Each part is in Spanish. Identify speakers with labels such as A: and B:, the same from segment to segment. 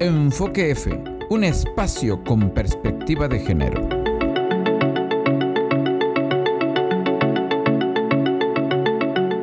A: Enfoque F, un espacio con perspectiva de género.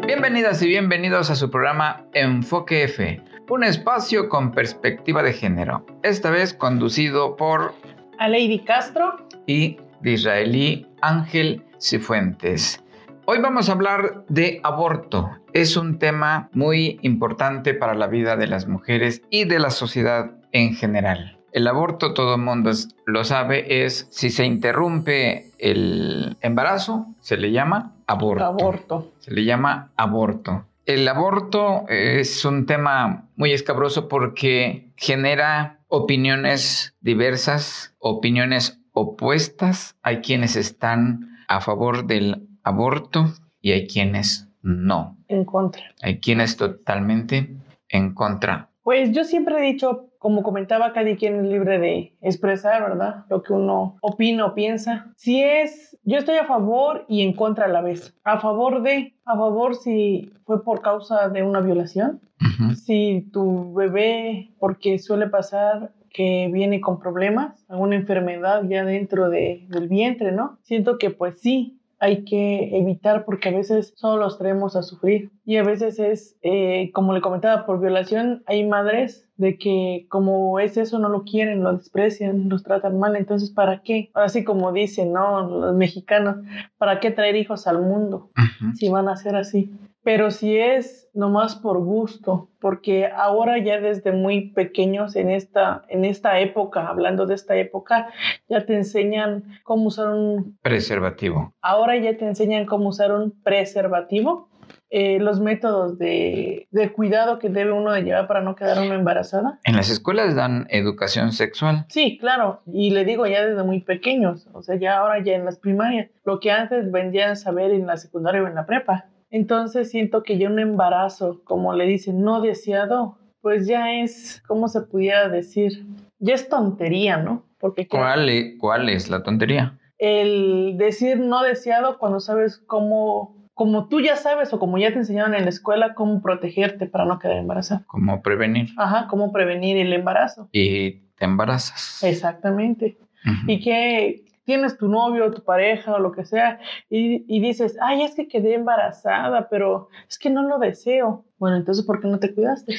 A: Bienvenidas y bienvenidos a su programa Enfoque F, un espacio con perspectiva de género, esta vez conducido por
B: Aleidi Castro.
A: y de israelí Ángel Cifuentes. Hoy vamos a hablar de aborto. Es un tema muy importante para la vida de las mujeres y de la sociedad en general. El aborto, todo el mundo es- lo sabe, es si se interrumpe el embarazo, se le llama
B: Aborto.
A: se le llama aborto. El aborto es un tema muy escabroso porque genera opiniones diversas, opiniones opuestas. Hay quienes están a favor del aborto y hay quienes no.
B: En contra.
A: Hay quienes totalmente en contra.
B: Pues yo siempre he dicho, como comentaba, cada quien es libre de expresar, ¿verdad? Lo que uno opina o piensa. Si es, yo estoy a favor y en contra a la vez. A favor de, a favor si fue por causa de una violación.
A: Ujú.
B: Si tu bebé, porque suele pasar que viene con problemas, alguna enfermedad ya dentro de- del vientre, ¿no? Siento que pues sí, hay que evitar porque a veces solo los traemos a sufrir. Y a veces es, eh, como le comentaba, por violación hay madres de que como es eso no lo quieren, lo desprecian, los tratan mal, entonces ¿para qué? Ahora sí como dicen, ¿no? Los mexicanos, ¿para qué traer hijos al mundo?
A: Ujú.
B: si van a ser así. Pero si es nomás por gusto, porque ahora ya desde muy pequeños en esta, en esta época, hablando de esta época, ya te enseñan cómo usar un,
A: Preservativo.
B: ahora ya te enseñan cómo usar un preservativo, eh, los métodos de, de cuidado que debe uno de llevar para no quedar uno embarazada.
A: En las escuelas dan educación sexual.
B: Sí, claro, y le digo ya desde muy pequeños, o sea, ya ahora ya en las primarias, lo que antes vendían a saber en la secundaria o en la prepa. Entonces siento que ya un embarazo, como le dicen, no deseado, pues ya es, ¿cómo se pudiera decir? Ya es tontería, ¿no? Porque ¿qué?
A: ¿Cuál e- cuál es la tontería?
B: el decir no deseado cuando sabes cómo, como tú ya sabes o como ya te enseñaron en la escuela, cómo protegerte para no quedar embarazada.
A: ¿Cómo prevenir?
B: Ajá, cómo prevenir el embarazo.
A: Y te embarazas.
B: Exactamente.
A: Ujú.
B: y que tienes tu novio, tu pareja o lo que sea, y, y dices, ay, es que quedé embarazada, pero es que no lo deseo. Bueno, entonces, ¿por qué no te cuidaste?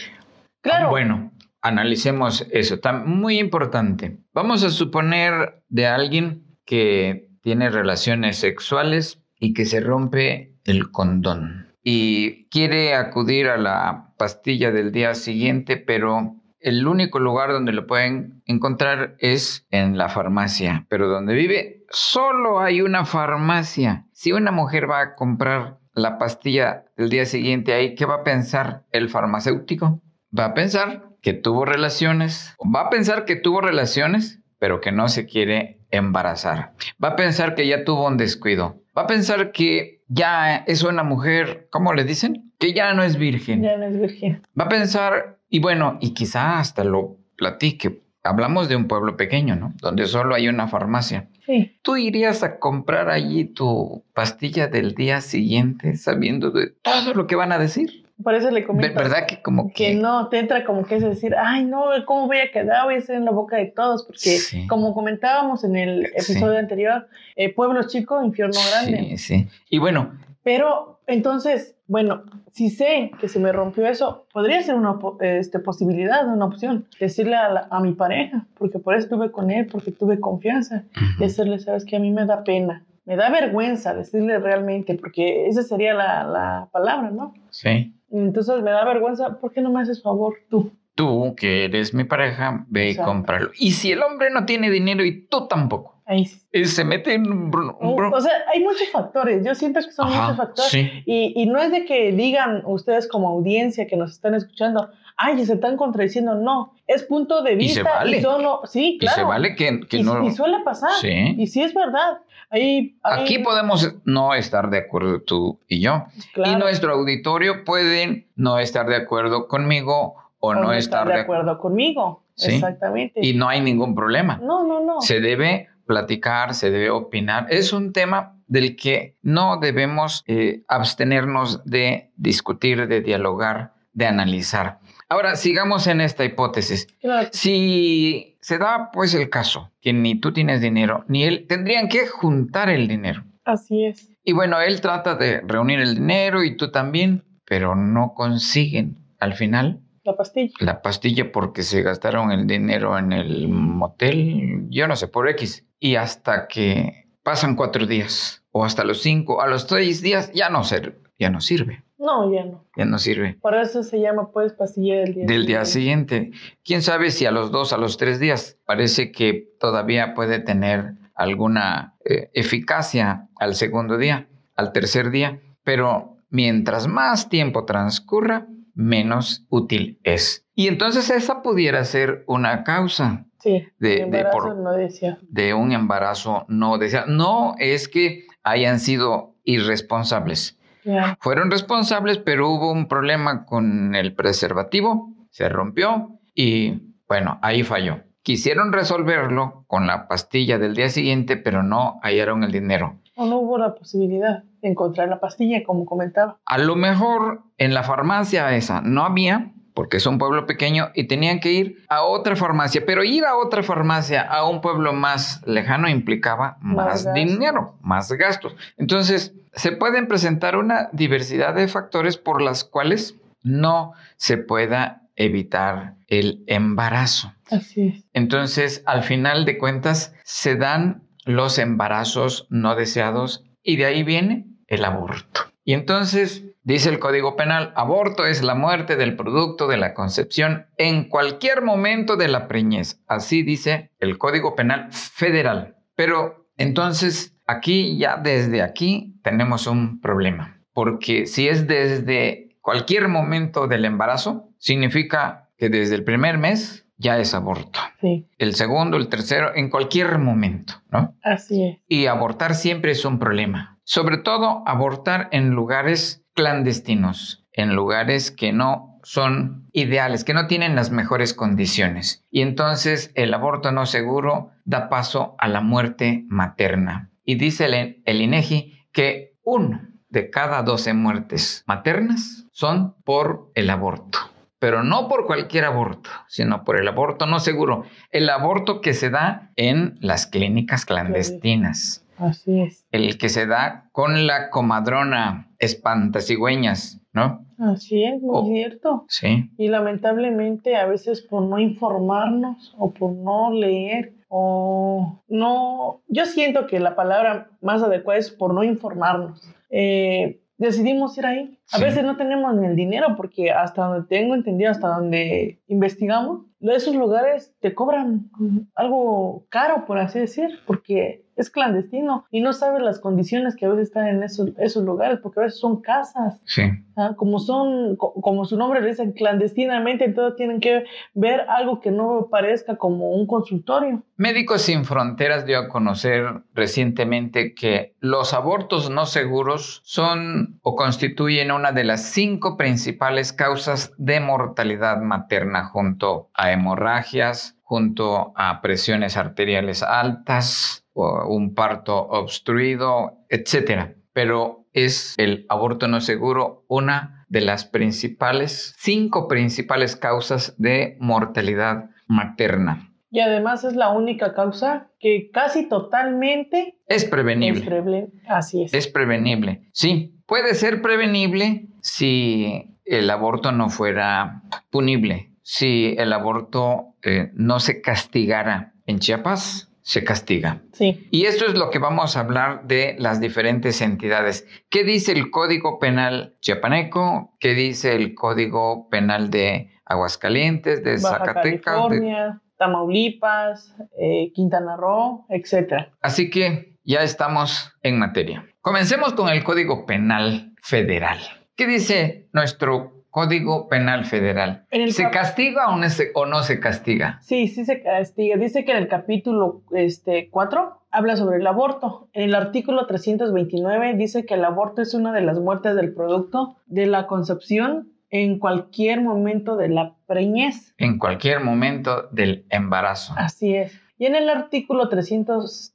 B: Claro,
A: Bueno, analicemos eso. Tam- muy importante. Vamos a suponer de alguien que tiene relaciones sexuales y que se rompe el condón y quiere acudir a la pastilla del día siguiente, pero el único lugar donde lo pueden encontrar es en la farmacia, pero donde vive solo hay una farmacia. Si una mujer va a comprar la pastilla del día siguiente ahí, ¿qué va a pensar el farmacéutico? va a pensar que tuvo relaciones, va a pensar que tuvo relaciones, pero que no se quiere embarazar. Va a pensar que ya tuvo un descuido. Va a pensar que ya es una mujer, ¿cómo le dicen? Que ya no es virgen
B: ya no es virgen.
A: va a pensar, y bueno, y quizá hasta lo platique. Hablamos de un pueblo pequeño, ¿no? Donde solo hay una farmacia.
B: Sí,
A: ¿Tú irías a comprar allí tu pastilla del día siguiente sabiendo de todo lo que van a decir?
B: por eso le
A: Ve-
B: comento
A: ¿Verdad que como que...
B: que no, te entra como que es decir, ay, no, ¿cómo voy a quedar? Voy a ser en la boca de todos, porque
A: Sí.
B: como comentábamos en el
A: Sí.
B: episodio anterior, eh, pueblo chico, infierno grande.
A: Sí, sí. Y bueno,
B: Pero entonces, bueno, si sé que se me rompió eso, podría ser una po- este, posibilidad, una opción. Decirle a, la- a mi pareja, porque por eso estuve con él, porque tuve confianza. Decirle, sabes que a mí me da pena, me da vergüenza decirle realmente, porque esa sería la, la palabra, ¿no?
A: sí.
B: Entonces me da vergüenza, ¿por qué no me haces favor tú?
A: Tú, que eres mi pareja, ve y
B: Exacto.
A: cómpralo. Y si el hombre no tiene dinero y tú tampoco,
B: Ahí sí.
A: eh, se mete en un bro- un bro-
B: O sea, hay muchos factores, yo siento que son
A: Ajá,
B: muchos factores.
A: Sí.
B: Y, y no es de que digan ustedes como audiencia que nos están escuchando, ay, se están contradiciendo, no, es punto de
A: Y
B: vista.
A: se vale.
B: solo- sí,
A: Y
B: claro.
A: se vale que, que
B: y,
A: no...
B: y suele pasar.
A: Sí.
B: Y sí es verdad. Ahí, ahí-
A: Aquí podemos no estar de acuerdo tú y yo.
B: claro,
A: Y nuestro auditorio puede no estar de acuerdo conmigo o, no estar de acuerdo.
B: acuerdo conmigo.
A: Sí.
B: Exactamente.
A: Y no hay ningún problema.
B: no, no, no.
A: Se debe platicar, se debe opinar. Es un tema del que no debemos eh, abstenernos de discutir, de dialogar, de analizar. Ahora, sigamos en esta hipótesis.
B: Claro.
A: Si se da pues el caso que ni tú tienes dinero, ni él, tendrían que juntar el dinero.
B: Así es.
A: Y bueno, él trata de reunir el dinero y tú también, pero no consiguen al final
B: La pastilla.
A: la pastilla porque se gastaron el dinero en el motel, yo no sé, por X. Y hasta que pasan cuatro días, o hasta los cinco, a los seis días, ya no sirve, ya no sirve,
B: No, ya no.
A: ya no sirve.
B: Por eso se llama pues pastilla del día
A: Del día
B: siguiente.
A: siguiente. ¿Quién sabe si a los dos, a los tres días? Parece que todavía puede tener alguna eh, eficacia al segundo día, al tercer día, pero mientras más tiempo transcurra, menos útil es. Y entonces esa pudiera ser una causa
B: Sí.
A: de-
B: el
A: de
B: embarazo
A: por-
B: no decía.
A: de un embarazo no deseado. No es que hayan sido irresponsables,
B: Ya.
A: fueron responsables, pero hubo un problema con el preservativo, se rompió y bueno, ahí falló. Quisieron resolverlo con la pastilla del día siguiente, pero no hallaron el dinero.
B: O no hubo la posibilidad de encontrar la pastilla, como comentaba.
A: A lo mejor en la farmacia esa no había, porque es un pueblo pequeño, y tenían que ir a otra farmacia, pero ir a otra farmacia, a un pueblo más lejano, implicaba
B: Más
A: más,
B: gastos.
A: dinero, más gastos. Entonces, se pueden presentar una diversidad de factores por las cuales no se pueda evitar el embarazo.
B: Así es.
A: Entonces, al final de cuentas, se dan los embarazos no deseados y de ahí viene el aborto. Y entonces, dice el Código Penal, aborto es la muerte del producto de la concepción en cualquier momento de la preñez. Así dice el Código Penal Federal. Pero entonces, aquí ya desde aquí tenemos un problema, porque si es desde cualquier momento del embarazo, significa que desde el primer mes ya es aborto
B: Sí.
A: el segundo, el tercero, en cualquier momento, ¿no?
B: Así es.
A: Y abortar siempre es un problema. Sobre todo abortar en lugares clandestinos, en lugares que no son ideales, que no tienen las mejores condiciones. Y entonces el aborto no seguro da paso a la muerte materna. Y dice el, el INEGI que uno de cada 12 muertes maternas son por el aborto. Pero no por cualquier aborto, sino por el aborto no seguro, el aborto que se da en las clínicas clandestinas
B: Así es.
A: el que se da con la comadrona espantasigüeñas, ¿no?
B: Así es, muy
A: Oh.
B: cierto.
A: Sí.
B: Y lamentablemente a veces por no informarnos o por no leer o no, yo siento que la palabra más adecuada es por no informarnos. Eh, decidimos ir ahí. A
A: Sí.
B: veces no tenemos ni el dinero porque hasta donde tengo entendido, hasta donde investigamos, esos lugares te cobran algo caro, por así decir, porque es clandestino y no sabes las condiciones que a veces están en esos, esos lugares, porque a veces son casas.
A: Sí.
B: Ah, Como son, co- como su nombre lo dice, clandestinamente, entonces tienen que ver algo que no parezca como un consultorio.
A: Médicos Sin Fronteras dio a conocer recientemente que los abortos no seguros son o constituyen una de las cinco principales causas de mortalidad materna junto a hemorragias, junto a presiones arteriales altas, o un parto obstruido, etc. Pero es el aborto no seguro una de las principales, cinco principales causas de mortalidad materna.
B: Y además es la única causa que casi totalmente
A: Es
B: es
A: prevenible.
B: prevenible. Así es.
A: Es prevenible. Sí, puede ser prevenible si el aborto no fuera punible, si el aborto eh, no se castigara. En Chiapas se castiga.
B: Sí,
A: Y esto es lo que vamos a hablar de las diferentes entidades. ¿Qué dice el Código Penal chiapaneco? ¿Qué dice el Código Penal de Aguascalientes, de
B: Baja
A: Zacatecas? de-
B: California, Tamaulipas, eh, Quintana Roo, etcétera.
A: Así que ya estamos en materia. Comencemos con el Código Penal Federal. ¿Qué dice nuestro Código Penal Federal?
B: En el
A: ¿Se
B: cap-
A: castiga o no se, o no se castiga?
B: Sí, sí se castiga. Dice que en el capítulo este, 4 habla sobre el aborto. En el artículo 329 dice que el aborto es una de las muertes del producto de la concepción en cualquier momento de la preñez.
A: En cualquier momento del embarazo.
B: Así es. Y en el artículo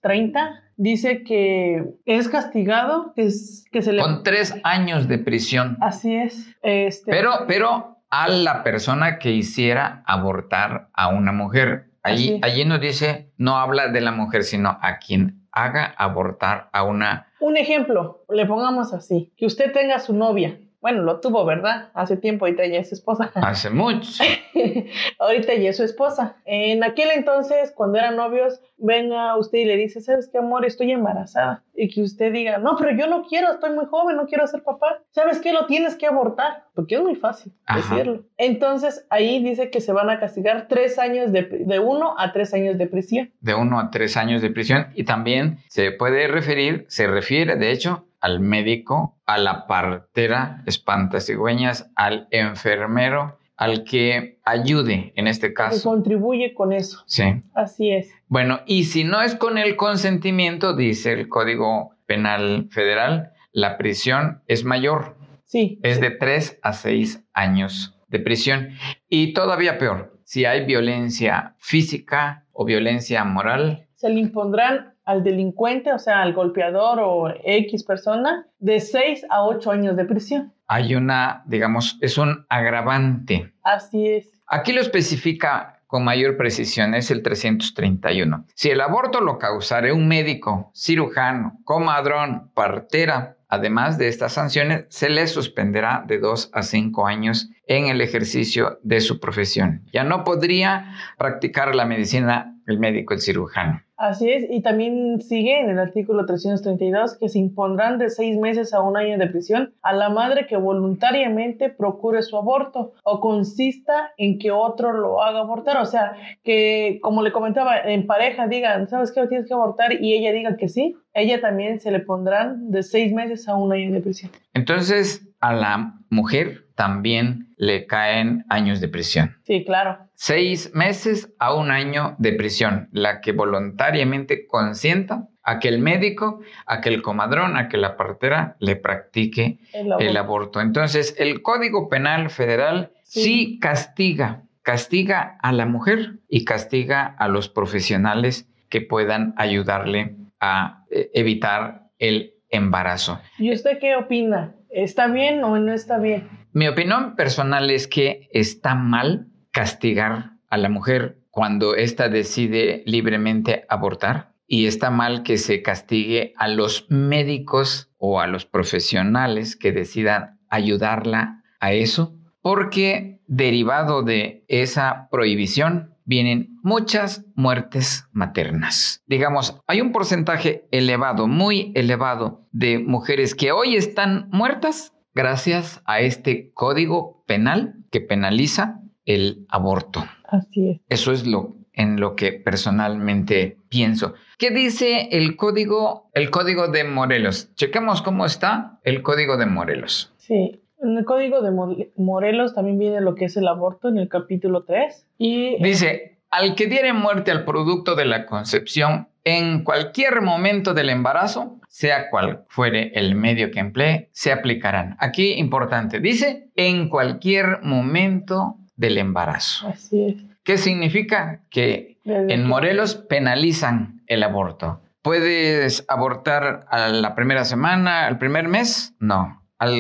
B: 330 dice que es castigado, que, es- que se le...
A: Con tres años de prisión.
B: Así es. Este,
A: Pero, pero a la persona que hiciera abortar a una mujer.
B: Así
A: Allí,
B: es.
A: allí nos dice, no habla de la mujer, sino a quien haga abortar a una...
B: Un ejemplo, le pongamos así, que usted tenga su novia. Bueno, lo tuvo, ¿verdad? Hace tiempo, ahorita ya es su esposa.
A: Hace mucho.
B: ahorita ya es su esposa. En aquel entonces, cuando eran novios, venga usted y le dice, ¿sabes qué, amor? Estoy embarazada. Y que usted diga, no, pero yo no quiero, estoy muy joven, no quiero ser papá. ¿Sabes qué? Lo tienes que abortar, porque es muy fácil
A: Ajá.
B: decirlo. Entonces, ahí dice que se van a castigar tres años de, de uno a tres años de prisión.
A: de uno a tres años de prisión y también se puede referir, se refiere de hecho al médico, a la partera, espanta cigüeñas, al enfermero, al que ayude en este
B: Que
A: caso.
B: contribuye con eso.
A: Sí.
B: Así es.
A: Bueno, y si no es con el consentimiento, dice el Código Penal Federal, la prisión es mayor,
B: Sí.
A: es de tres a seis años de prisión. Y todavía peor, si hay violencia física o violencia moral,
B: se le impondrán al delincuente, o sea, al golpeador o X persona, de 6 a 8 años de prisión.
A: hay una, digamos, es un agravante.
B: Así es.
A: Aquí lo especifica con mayor precisión, es el 331. Si el aborto lo causare un médico, cirujano, comadrón, partera, además de estas sanciones, se le suspenderá de dos a cinco años en el ejercicio de su profesión. Ya no podría practicar la medicina el médico, el cirujano.
B: Así es. Y también sigue en el artículo 332 que se impondrán de 6 meses a un año de prisión a la madre que voluntariamente procure su aborto o consista en que otro lo haga abortar. O sea, que como le comentaba, en pareja digan, ¿sabes qué? Tienes que abortar y ella diga que sí. Ella también se le pondrán de 6 meses a un año de prisión.
A: Entonces, a la mujer también le caen años de prisión.
B: Sí, claro.
A: seis meses a un año de prisión, la que voluntariamente consienta a que el médico, a que el comadrón, a que la partera le practique
B: El aborto.
A: el aborto. Entonces, el Código Penal Federal sí,
B: Sí.
A: castiga, castiga a la mujer y castiga a los profesionales que puedan ayudarle a eh, evitar el embarazo.
B: ¿Y usted qué opina? ¿Está bien o no está bien?
A: Mi opinión personal es que está mal castigar a la mujer cuando ésta decide libremente abortar y está mal que se castigue a los médicos o a los profesionales que decidan ayudarla a eso, porque derivado de esa prohibición vienen muchas muertes maternas. Digamos, hay un porcentaje elevado, muy elevado, de mujeres que hoy están muertas gracias a este código penal que penaliza el aborto.
B: Así es.
A: Eso es lo en lo que personalmente pienso. ¿Qué dice el código, el código de Morelos? Chequemos cómo está el código de Morelos.
B: Sí. En el código de Mor- Morelos también viene lo que es el aborto en el capítulo 3. Y
A: Dice, al que diere muerte al producto de la concepción en cualquier momento del embarazo, sea cual fuere el medio que emplee, se aplicarán. Aquí importante, dice, en cualquier momento del embarazo.
B: así es.
A: ¿Qué significa? Que
B: Desde
A: En
B: que-
A: Morelos penalizan el aborto. ¿Puedes abortar a la primera semana, al primer mes? No. Al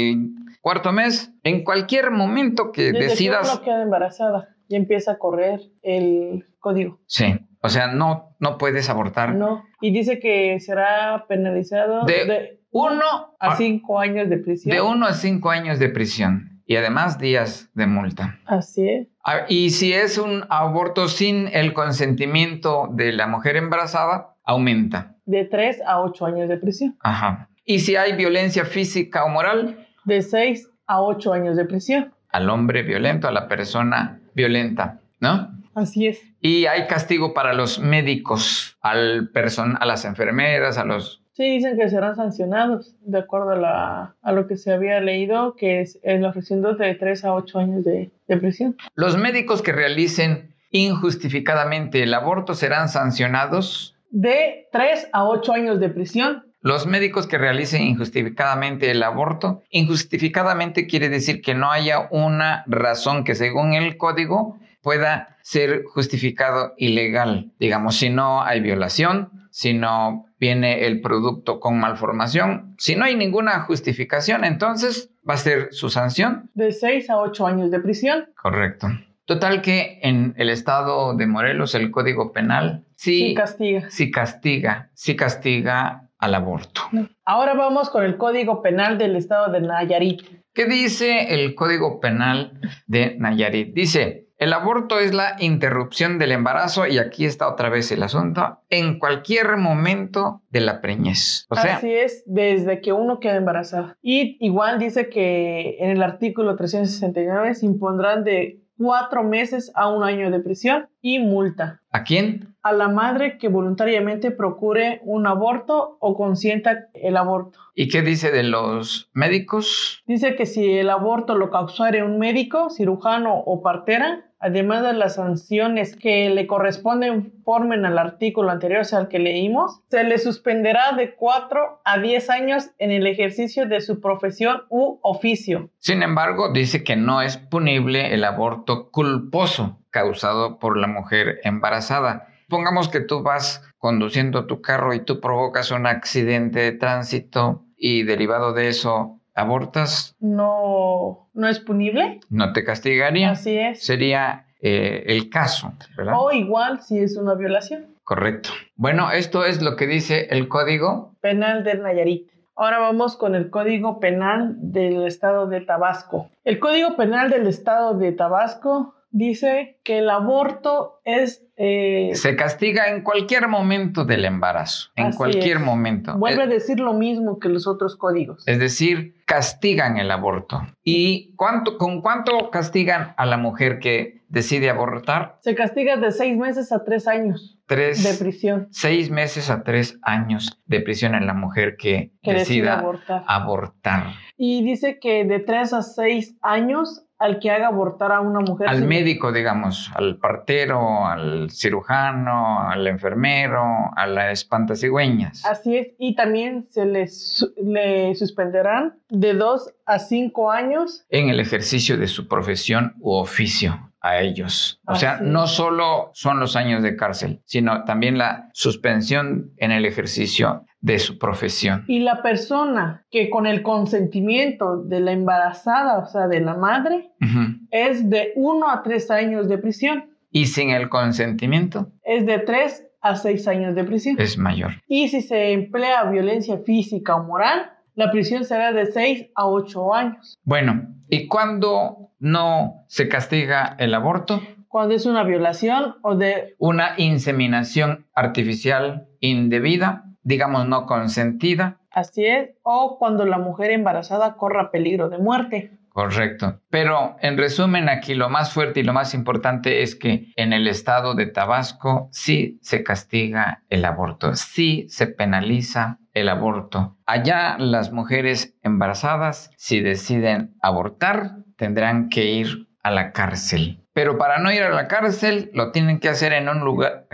A: cuarto mes, en cualquier momento que
B: desde que
A: decidas.
B: uno queda embarazada y empieza a correr el código.
A: Sí. O sea, no, no puedes abortar.
B: No. Y dice que será penalizado
A: De
B: de,
A: Uno
B: a
A: a,
B: 5 años de prisión.
A: Ah. de uno a cinco años de prisión y además días de multa.
B: Así es.
A: Ah, Y si es un aborto sin el consentimiento de la mujer embarazada, aumenta.
B: De 3 a 8 años de prisión.
A: Ajá. Y si hay violencia física o moral,
B: De 6 a 8 años de prisión.
A: al hombre violento, a la persona violenta, ¿no?
B: Así es.
A: Y hay castigo para los médicos, al person a las enfermeras, a los...
B: Sí, dicen que serán sancionados, de acuerdo a, la, a lo que se había leído, que es en los residuos de 3 a 8 años de, de prisión.
A: Los médicos que realicen injustificadamente el aborto serán sancionados.
B: De 3 a 8 años de prisión.
A: Los médicos que realicen injustificadamente el aborto, injustificadamente quiere decir que no haya una razón que según el código pueda ser justificado ilegal. Digamos, si no hay violación, si no viene el producto con malformación. Si no hay ninguna justificación, entonces va a ser su sanción.
B: De 6 a 8 años de prisión.
A: Correcto. Total que en el estado de Morelos el Código Penal sí,
B: Sí, castiga.
A: sí castiga, sí castiga al aborto.
B: Ahora vamos con el Código Penal del Estado de Nayarit.
A: ¿Qué dice el Código Penal de Nayarit? Dice, el aborto es la interrupción del embarazo, y aquí está otra vez el asunto, en cualquier momento de la preñez. O sea,
B: Así es, desde que uno queda embarazado. Y igual dice que en el artículo 369 se impondrán de cuatro meses a un año de prisión y multa
A: ¿a quién?
B: a la madre que voluntariamente procure un aborto o consienta el aborto.
A: ¿Y qué dice de los médicos?
B: Dice que si el aborto lo causare un médico, cirujano o partera, además de las sanciones que le corresponden formen al artículo anterior, o sea, al que leímos, se le suspenderá de 4 a 10 años en el ejercicio de su profesión u oficio.
A: Sin embargo, dice que no es punible el aborto culposo causado por la mujer embarazada. Pongamos que tú vas conduciendo tu carro y tú provocas un accidente de tránsito y derivado de eso abortas,
B: No, no es punible.
A: no te castigaría.
B: Así es. Oh.
A: Sería eh, el caso, ¿verdad?
B: O igual si es una violación
A: Correcto. Bueno, esto es lo que dice el código.
B: penal del Nayarit. Ahora vamos con el Código Penal del Estado de Tabasco. El Código Penal del Estado de Tabasco dice que el aborto es... eh,
A: Se castiga en cualquier momento del embarazo, en
B: Así
A: cualquier
B: es.
A: momento.
B: Vuelve a
A: Eh,
B: decir lo mismo que los otros códigos.
A: Es decir, castigan el aborto. ¿Y cuánto, con cuánto castigan a la mujer que decide abortar?
B: Se castiga de seis meses a tres años de
A: Tres,
B: prisión
A: seis meses a tres años de prisión en la mujer que,
B: que decida
A: decida
B: abortar.
A: abortar.
B: Y dice que de tres a seis años al que haga abortar a una mujer.
A: Al
B: sin-
A: médico, digamos, al partero, al cirujano, al enfermero, a la espantacigüeñas.
B: Así es, y también se le, su- le suspenderán de dos a cinco años
A: en el ejercicio de su profesión u oficio a ellos. O sea,
B: Así es.
A: no solo son los años de cárcel, sino también la suspensión en el ejercicio de su profesión.
B: Y la persona que con el consentimiento de la embarazada, o sea, de la madre,
A: Ujú.
B: es de 1 a 3 años de prisión.
A: Y sin el consentimiento
B: Es de 3 a 6 años de prisión.
A: es mayor.
B: Y si se emplea violencia física o moral, la prisión será de 6 a 8 años.
A: Bueno, ¿y cuándo no se castiga el aborto?
B: Cuando es una violación o de...
A: Una inseminación artificial indebida, digamos no consentida,
B: Así es, o cuando la mujer embarazada corra peligro de muerte.
A: Correcto. Pero en resumen, aquí lo más fuerte y lo más importante es que en el estado de Tabasco sí se castiga el aborto, sí se penaliza el aborto. Allá las mujeres embarazadas, si deciden abortar, tendrán que ir a la cárcel. Pero para no ir a la cárcel, lo tienen que hacer en un lugar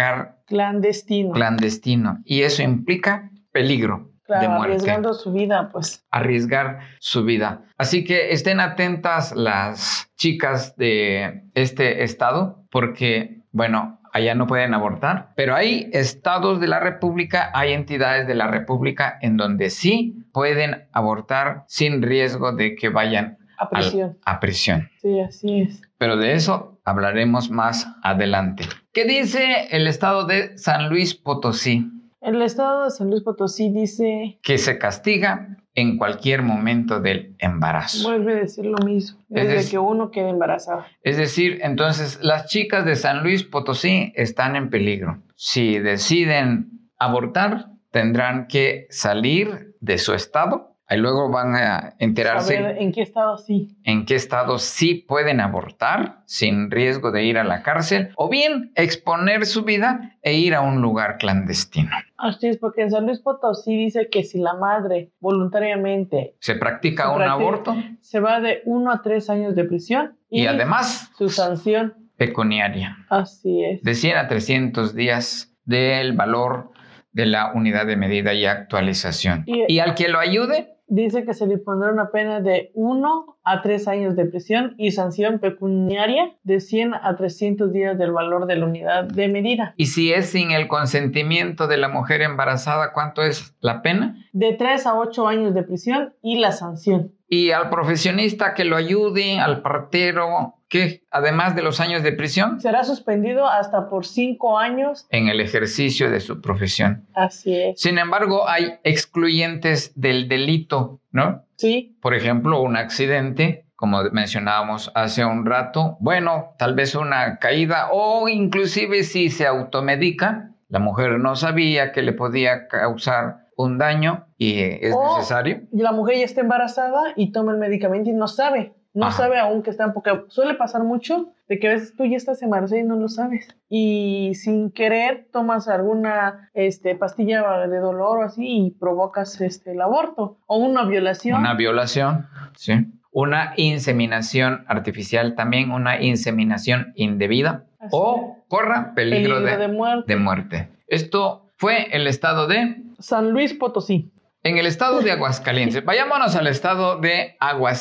B: Clandestino.
A: clandestino y eso implica peligro de
B: Claro,
A: muerte
B: arriesgando su vida, pues.
A: arriesgar su vida. Así que estén atentas las chicas de este estado porque, bueno, allá no pueden abortar, pero hay estados de la República, hay entidades de la República en donde sí pueden abortar sin riesgo de que vayan
B: A
A: al-
B: prisión.
A: a prisión.
B: Sí, así es.
A: Pero de eso hablaremos más adelante. ¿Qué dice el estado de San Luis Potosí?
B: El estado de San Luis Potosí dice,
A: Que se castiga en cualquier momento del embarazo.
B: vuelve a decir lo mismo,
A: Es
B: desde
A: decir-
B: que uno queda embarazado.
A: Es decir, entonces las chicas de San Luis Potosí están en peligro. Si deciden abortar, tendrán que salir de su estado. Ahí luego van a enterarse
B: Saber en qué estado sí.
A: en qué estado sí pueden abortar sin riesgo de ir a la cárcel o bien exponer su vida e ir a un lugar clandestino.
B: Así es, porque en San Luis Potosí dice que si la madre voluntariamente
A: Se practica
B: Se
A: un
B: practica.
A: aborto
B: se va de uno a tres años de prisión
A: y, además
B: su sanción,
A: pecuniaria
B: así es.
A: de 100 a 300 días del valor de la unidad de medida y actualización.
B: Y-
A: Y al que lo ayude
B: Dice que se le pondrá una pena de 1 a 3 años de prisión y sanción pecuniaria de 100 a 300 días del valor de la unidad de medida.
A: Y si es sin el consentimiento de la mujer embarazada, ¿cuánto es la pena?
B: De 3 a 8 años de prisión y la sanción.
A: Y al profesionista que lo ayude, al partero, que además de los años de prisión,
B: Será suspendido hasta por 5 años.
A: en el ejercicio de su profesión.
B: Así es.
A: Sin embargo, hay excluyentes del delito, ¿no?
B: Sí,
A: Por ejemplo, un accidente, como mencionábamos hace un rato, bueno, tal vez una caída o inclusive si se automedica, la mujer no sabía que le podía causar un daño y eh, es
B: O-
A: necesario.
B: y la mujer ya está embarazada y toma el medicamento y no sabe. No
A: Ajá.
B: sabe aún que está, porque suele pasar mucho de que a veces tú ya estás embarazada y no lo sabes. Y sin querer tomas alguna este, pastilla de dolor o así y provocas este, el aborto o una violación.
A: Una violación, sí. Una inseminación artificial, también una inseminación indebida
B: Así
A: o corra peligro,
B: peligro de,
A: de,
B: muerte.
A: de muerte. Esto fue el estado de
B: San Luis Potosí.
A: En el estado de Aguascalientes, vayámonos al estado de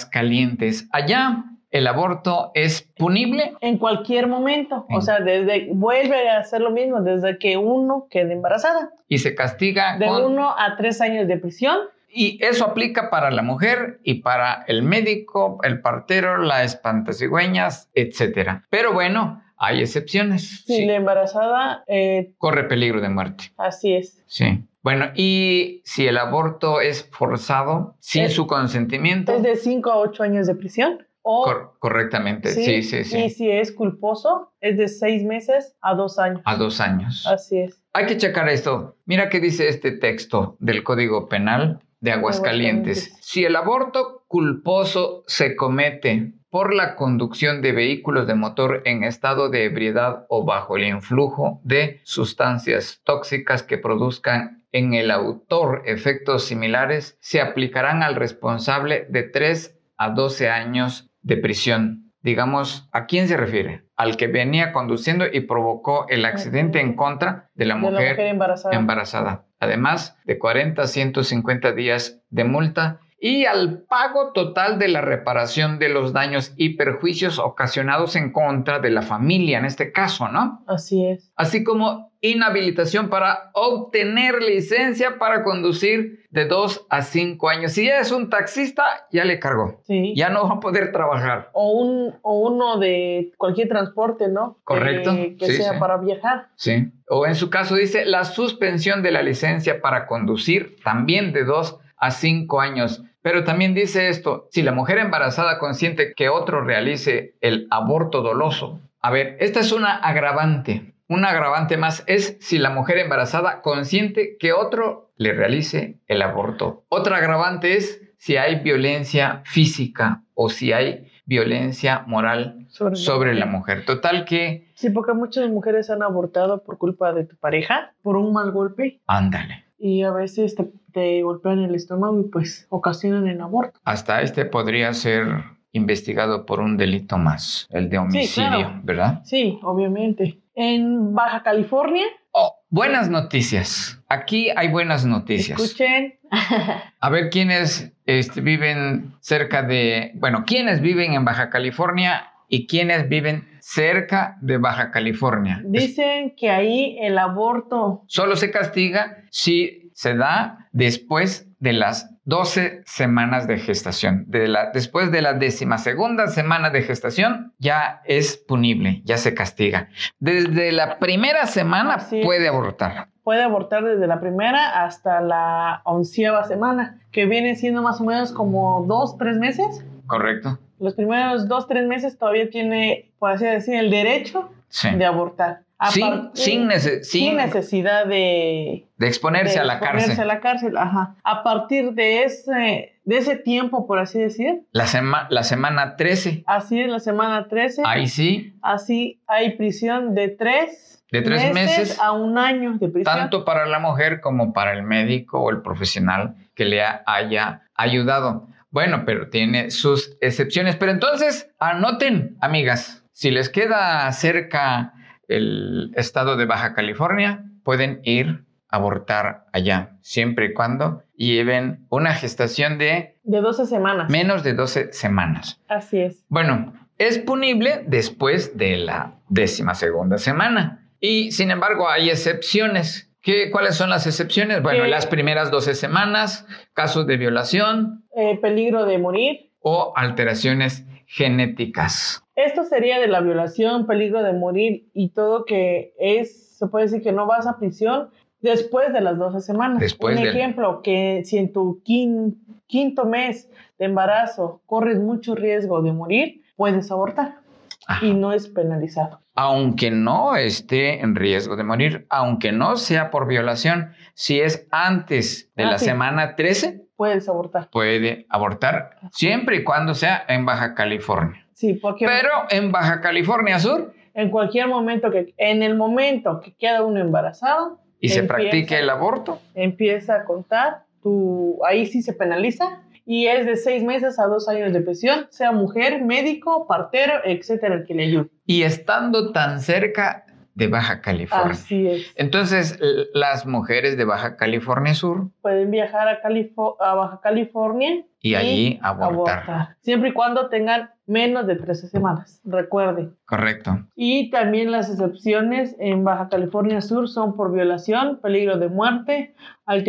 A: Aguascalientes. Allá el aborto es punible.
B: En cualquier momento.
A: En-
B: O sea, desde vuelve a hacer lo mismo desde que uno quede embarazada.
A: Y se castiga
B: De
A: Ah, con...
B: uno a tres años de prisión.
A: Y eso aplica para la mujer y para el médico, el partero, la espantacigüeñas, etc. Pero bueno, hay excepciones.
B: Si
A: Sí,
B: la embarazada, eh,
A: Corre peligro de muerte.
B: así es.
A: Sí. Bueno, y si el aborto es forzado, sin
B: Es-
A: su consentimiento,
B: es de 5 a 8 años de prisión. O,
A: cor- correctamente. Sí, sí, sí.
B: Y si es culposo, es de 6 meses a 2 años.
A: A dos años.
B: Así es.
A: Hay que checar esto. Mira qué dice este texto del Código Penal de Aguascalientes.
B: Aguascalientes.
A: Si el aborto culposo se comete por la conducción de vehículos de motor en estado de ebriedad o bajo el influjo de sustancias tóxicas que produzcan en el autor efectos similares, se aplicarán al responsable de 3 a 12 años de prisión. Digamos, ¿a quién se refiere? Al que venía conduciendo y provocó el accidente en contra de la
B: de la mujer
A: mujer
B: embarazada.
A: embarazada. Además de 40 a 150 días de multa y al pago total de la reparación de los daños y perjuicios ocasionados en contra de la familia, en este caso, ¿no?
B: Así es.
A: Así como inhabilitación para obtener licencia para conducir de 2 a 5 años. Si ya es un taxista, ya le cargó.
B: Sí.
A: Ya no va a poder trabajar.
B: O, un, o uno de cualquier transporte, ¿no? Eh,
A: Correcto.
B: Que, que
A: Sí,
B: sea
A: sí.
B: para viajar.
A: Sí. O en su caso dice la suspensión de la licencia para conducir también de 2 a 5 años. Pero también dice esto, si la mujer embarazada consiente que otro realice el aborto doloso. A ver, esta es una agravante. Un agravante más es si la mujer embarazada consiente que otro le realice el aborto. Otra agravante es si hay violencia física o si hay violencia moral
B: Sobre,
A: sobre la mujer. Total que,
B: Sí, porque muchas mujeres han abortado por culpa de tu pareja, por un mal golpe.
A: ándale.
B: Y a veces te, te golpean el estómago y pues ocasionan el aborto.
A: hasta este podría ser investigado por un delito más, el de homicidio,
B: claro.
A: ¿verdad?
B: Sí, obviamente. En Baja California,
A: Oh, buenas noticias. Aquí hay buenas noticias.
B: escuchen,
A: A ver quiénes este, viven cerca de, bueno, quiénes viven en Baja California y quiénes viven cerca de Baja California. Es-
B: Dicen que ahí el aborto,
A: Solo se castiga si se da después de las 12 semanas de gestación. De la, después de la decimosegunda semana de gestación ya es punible, ya se castiga. Desde la primera semana
B: Así es.
A: puede abortar.
B: puede abortar desde la primera hasta la onceava semana, que viene siendo más o menos como dos, tres meses.
A: ¿Correcto?
B: Los primeros dos, tres meses todavía tiene, por así decir, el derecho
A: Sí.
B: de abortar. A
A: Sin, Eh.
B: partir-
A: sin, nece-
B: sin
A: sin
B: necesidad de,
A: de exponerse
B: de
A: a la
B: exponerse
A: cárcel.
B: a la cárcel. Ajá. A partir de ese, de ese tiempo, por así decir,
A: La, sema- la semana 13,
B: así es la semana 13,
A: ahí sí,
B: así hay prisión de tres,
A: De tres meses
B: a un año de prisión.
A: tanto para la mujer como para el médico o el profesional que le ha- haya ayudado. Bueno, pero tiene sus excepciones. Pero entonces, anoten, amigas, si les queda cerca el estado de Baja California, pueden ir a abortar allá, siempre y cuando lleven una gestación de
B: De 12 semanas.
A: menos de 12 semanas.
B: Así es.
A: Bueno, es punible después de la décima segunda semana. Y sin embargo, hay excepciones. ¿Qué, ¿Cuáles son las excepciones? Bueno,
B: Eh,
A: las primeras 12 semanas, casos de violación
B: Eh, peligro de morir.
A: o alteraciones genéticas.
B: Esto sería de la violación, peligro de morir y todo que es, se puede decir que no vas a prisión después de las 12 semanas.
A: Después
B: Un
A: del-
B: ejemplo, que si en tu quin- quinto mes de embarazo corres mucho riesgo de morir, puedes abortar
A: Ajá.
B: y no es penalizado.
A: Ah, aunque no esté en riesgo de morir, aunque no sea por violación, si es antes de
B: Ah,
A: la
B: sí.
A: semana 13,
B: Puedes abortar.
A: puede abortar siempre y cuando sea en Baja California.
B: Sí, porque
A: Pero en Baja California Sur
B: en cualquier momento que, en el momento que queda uno embarazado,
A: y se
B: Empieza.
A: practique el aborto,
B: empieza a contar, tu, ahí sí se penaliza y es de seis meses a dos años de prisión, sea mujer, médico, partero, etcétera, el que le ayude.
A: y estando tan cerca de Baja California.
B: Así es.
A: Entonces, l- las mujeres de Baja California Sur
B: Pueden viajar a, Califo- a Baja California
A: y allí abortar.
B: siempre y cuando tengan menos de 13 semanas, recuerden.
A: Correcto.
B: Y también las excepciones en Baja California Sur son por violación, peligro de muerte,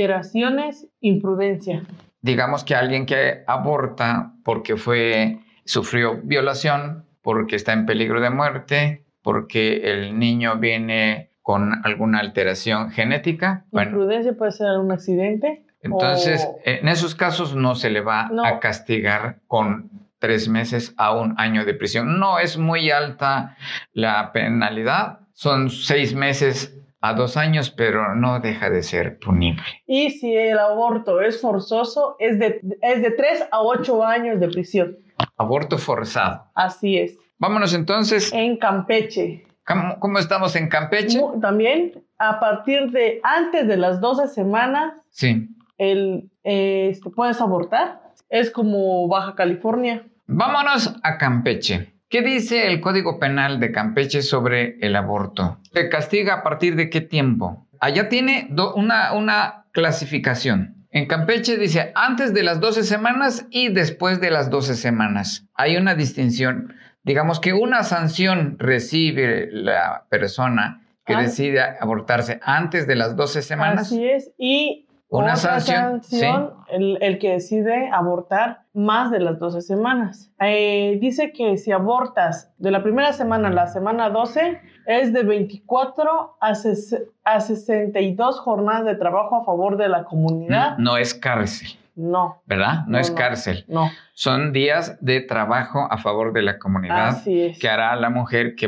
B: alteraciones, imprudencia.
A: digamos que alguien que aborta porque fue sufrió violación, porque está en peligro de muerte, porque el niño viene con alguna alteración genética, bueno,
B: Imprudencia puede ser un accidente,
A: entonces
B: o-
A: en esos casos no se le va
B: No.
A: a castigar con tres meses a un año de prisión. No es muy alta la penalidad, son seis meses a dos años, pero no deja de ser punible.
B: Y si el aborto es forzoso, es de, es de 3 a 8 años de prisión.
A: Aborto forzado.
B: Así es.
A: Vámonos entonces
B: En Campeche.
A: ¿Cómo, cómo estamos en Campeche?
B: Eh. Mu- También, a partir de antes de las 12 semanas,
A: Sí.
B: el, eh, este, puedes abortar. Es como Baja California.
A: Vámonos a Campeche. ¿Qué dice el Código Penal de Campeche sobre el aborto? ¿Se castiga a partir de qué tiempo? Allá tiene do- una, una clasificación. En Campeche dice antes de las 12 semanas y después de las 12 semanas. Hay una distinción. Digamos que una sanción recibe la persona que
B: Ah.
A: decide abortarse antes de las 12 semanas.
B: Así es. Y
A: Una
B: otra
A: sanción,
B: el, el que decide abortar más de las 12 semanas. Eh, dice que si abortas de la primera semana a la semana 12, es de 24 a, ses- a 62 jornadas de trabajo a favor de la
A: No,
B: comunidad.
A: no es cárcel,
B: No,
A: ¿verdad? No,
B: No,
A: es
B: no.
A: cárcel.
B: no.
A: Son días de trabajo a favor de la comunidad
B: Así es.
A: que hará la mujer que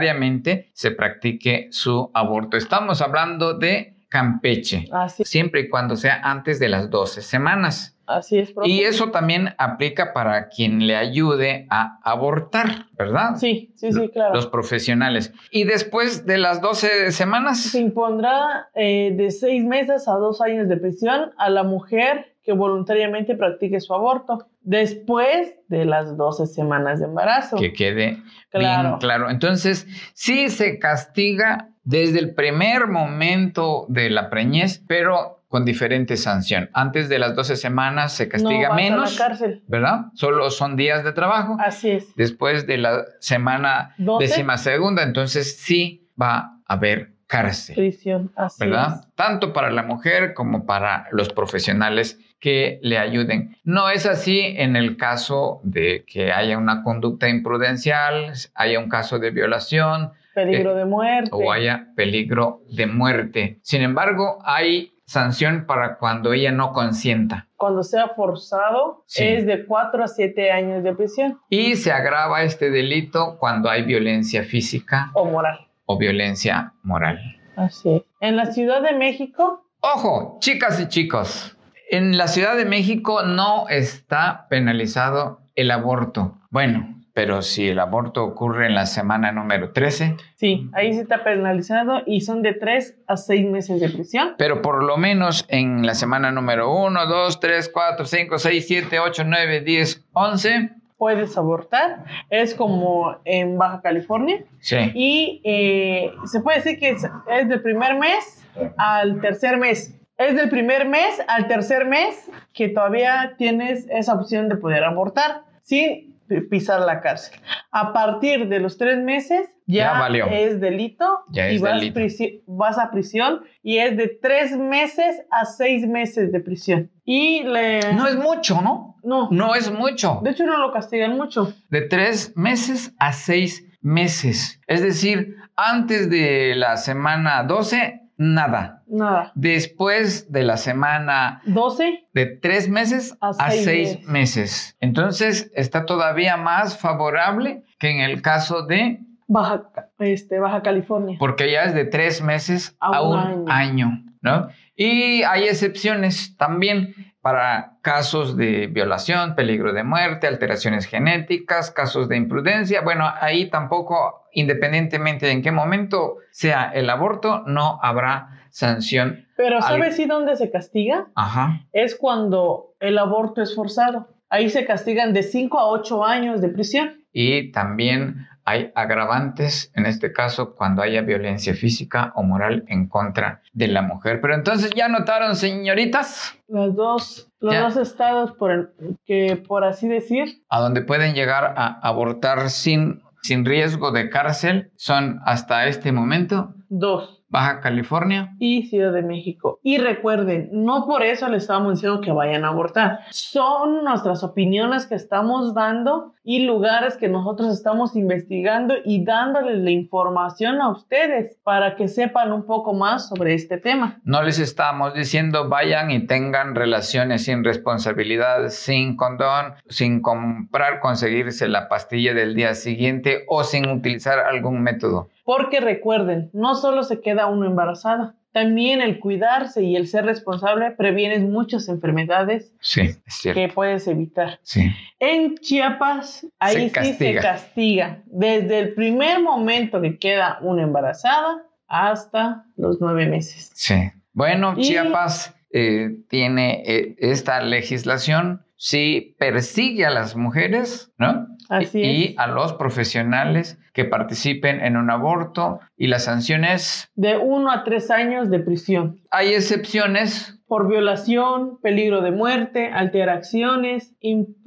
A: voluntariamente se practique su aborto. Estamos hablando de Campeche,
B: Así,
A: siempre y cuando sea antes de las 12 semanas.
B: así es, profe.
A: Y eso también aplica para quien le ayude a abortar, ¿verdad?
B: Sí, sí, sí, claro.
A: Los profesionales. Y después de las 12 semanas,
B: Se impondrá eh, de seis meses a dos años de prisión a la mujer que voluntariamente practique su aborto después de las 12 semanas de embarazo.
A: que quede
B: Claro.
A: bien claro. Entonces, sí se castiga desde el primer momento de la preñez, pero con diferente sanción. Antes de las 12 semanas se castiga
B: no vas
A: menos,
B: A la cárcel. Ah.
A: ¿verdad? Solo son días de trabajo.
B: Así es.
A: Después de la semana
B: 12
A: décima segunda, entonces sí va a haber cárcel,
B: prisión. Así
A: ¿verdad? Tanto para la mujer como para los profesionales que le ayuden. No es así en el caso de que haya una conducta imprudencial, haya un caso de violación,
B: es. Peligro de muerte.
A: Eh, o haya peligro de muerte. Sin embargo, hay sanción para cuando ella no consienta
B: Cuando sea forzado
A: Sí.
B: es de 4 a 7 años de prisión
A: y se agrava este delito cuando hay violencia física
B: o moral.
A: o violencia moral.
B: Así es. En la Ciudad de México,
A: Ojo, chicas y chicos, en la Ciudad de México no está penalizado el aborto. Bueno, pero si el aborto ocurre en la semana número 13,
B: sí, ahí sí está penalizado y son de 3 a 6 meses de prisión.
A: pero por lo menos en la semana número 1, 2, 3, 4, 5, 6, 7, 8, 9, 10, 11,
B: puedes abortar. Es como en Baja California.
A: sí. Ah.
B: Y eh, se puede decir que es, es del primer mes al tercer mes. Es del primer mes al tercer mes que todavía tienes esa opción de poder abortar sin pisar la cárcel. A partir de los tres meses ya,
A: Ya valió.
B: es delito
A: Ya
B: y
A: es
B: vas,
A: delito.
B: prisi- vas a prisión y es de tres meses a seis meses de prisión. Y le...
A: No es mucho, ¿no?
B: no.
A: No es mucho.
B: De hecho no lo castigan mucho.
A: De tres meses a seis meses. Es decir, antes de la semana 12, nada.
B: Nada.
A: Después de la semana
B: 12
A: de tres meses
B: A
A: a,
B: seis
A: seis,
B: meses.
A: meses. Entonces está todavía más favorable que en el caso de,
B: Baja, este, Baja California.
A: porque ya es de tres meses
B: A
A: a,
B: un
A: un
B: año.
A: año. ¿no? Y hay excepciones también para casos de violación, peligro de muerte, alteraciones genéticas, casos de imprudencia. Bueno, ahí tampoco, independientemente de en qué momento sea el aborto, no habrá sanción.
B: Pero
A: al-
B: ¿sabes sí dónde se castiga?
A: Ajá.
B: Es cuando el aborto es forzado. Ahí se castigan de 5 a 8 años de prisión.
A: y también hay agravantes, en este caso, cuando haya violencia física o moral en contra de la mujer. Pero entonces ya notaron, señoritas,
B: Las dos, los
A: Ya.
B: dos estados por el- que, por así decir,
A: a donde pueden llegar a abortar sin, sin riesgo de cárcel son hasta este momento
B: dos.
A: Baja California.
B: Y Ciudad de México. Y recuerden, no por eso les estamos diciendo que vayan a abortar. Son nuestras opiniones que estamos dando y lugares que nosotros estamos investigando y dándoles la información a ustedes para que sepan un poco más sobre este tema.
A: No les estamos diciendo vayan y tengan relaciones sin responsabilidad, sin condón, sin comprar, conseguirse la pastilla del día siguiente o sin utilizar algún método.
B: Porque recuerden, no solo se queda uno embarazada, también el cuidarse y el ser responsable previenes muchas enfermedades
A: Sí, es cierto.
B: que puedes evitar.
A: Sí.
B: En Chiapas, ahí sí se
A: castiga.
B: castiga, desde el primer momento que queda una embarazada hasta los nueve meses.
A: Sí. Bueno,
B: Y-
A: Chiapas eh, tiene eh, esta legislación, sí persigue a las mujeres, ¿no?
B: Así
A: y
B: es.
A: a los profesionales que participen en un aborto y las sanciones.
B: De uno a tres años de prisión
A: Hay excepciones,
B: por violación, peligro de muerte, alteraciones,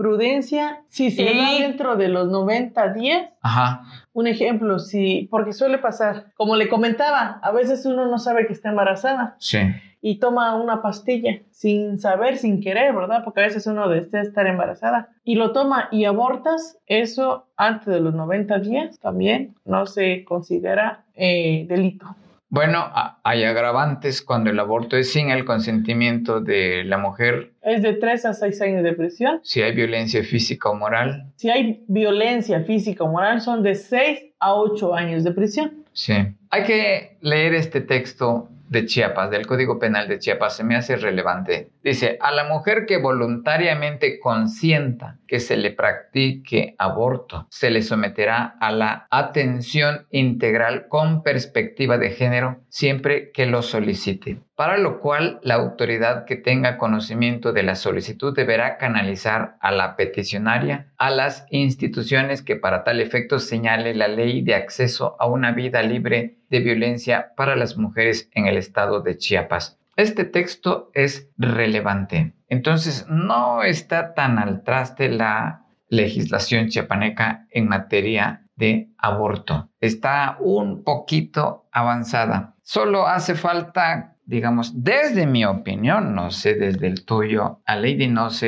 B: imprudencia, si se
A: Y-
B: da dentro de los 90 días
A: ajá,
B: Un ejemplo, sí, porque suele pasar, como le comentaba, a veces uno no sabe que está embarazada
A: sí,
B: y toma una pastilla sin saber, sin querer, ¿verdad? Porque a veces uno desea estar embarazada y lo toma y abortas, eso antes de los 90 días también no se considera eh, delito.
A: bueno, a- hay agravantes cuando el aborto es sin el consentimiento de la mujer,
B: Es de 3 a 6 años de prisión.
A: si hay violencia física o moral,
B: Si hay violencia física o moral, son de 6 a 8 años de prisión.
A: Sí. Hay que leer este texto de Chiapas, del Código Penal de Chiapas, se me hace relevante. Dice, a la mujer que voluntariamente consienta que se le practique aborto, se le someterá a la atención integral con perspectiva de género siempre que lo solicite, para lo cual la autoridad que tenga conocimiento de la solicitud deberá canalizar a la peticionaria a las instituciones que para tal efecto señale la ley de acceso a una vida libre de violencia para las mujeres en el estado de Chiapas. Este texto es relevante. Entonces, no está tan al traste la legislación chiapaneca en materia de aborto. Está un poquito avanzada. Solo hace falta, digamos, desde mi opinión, no sé desde el tuyo, a Lady, no sé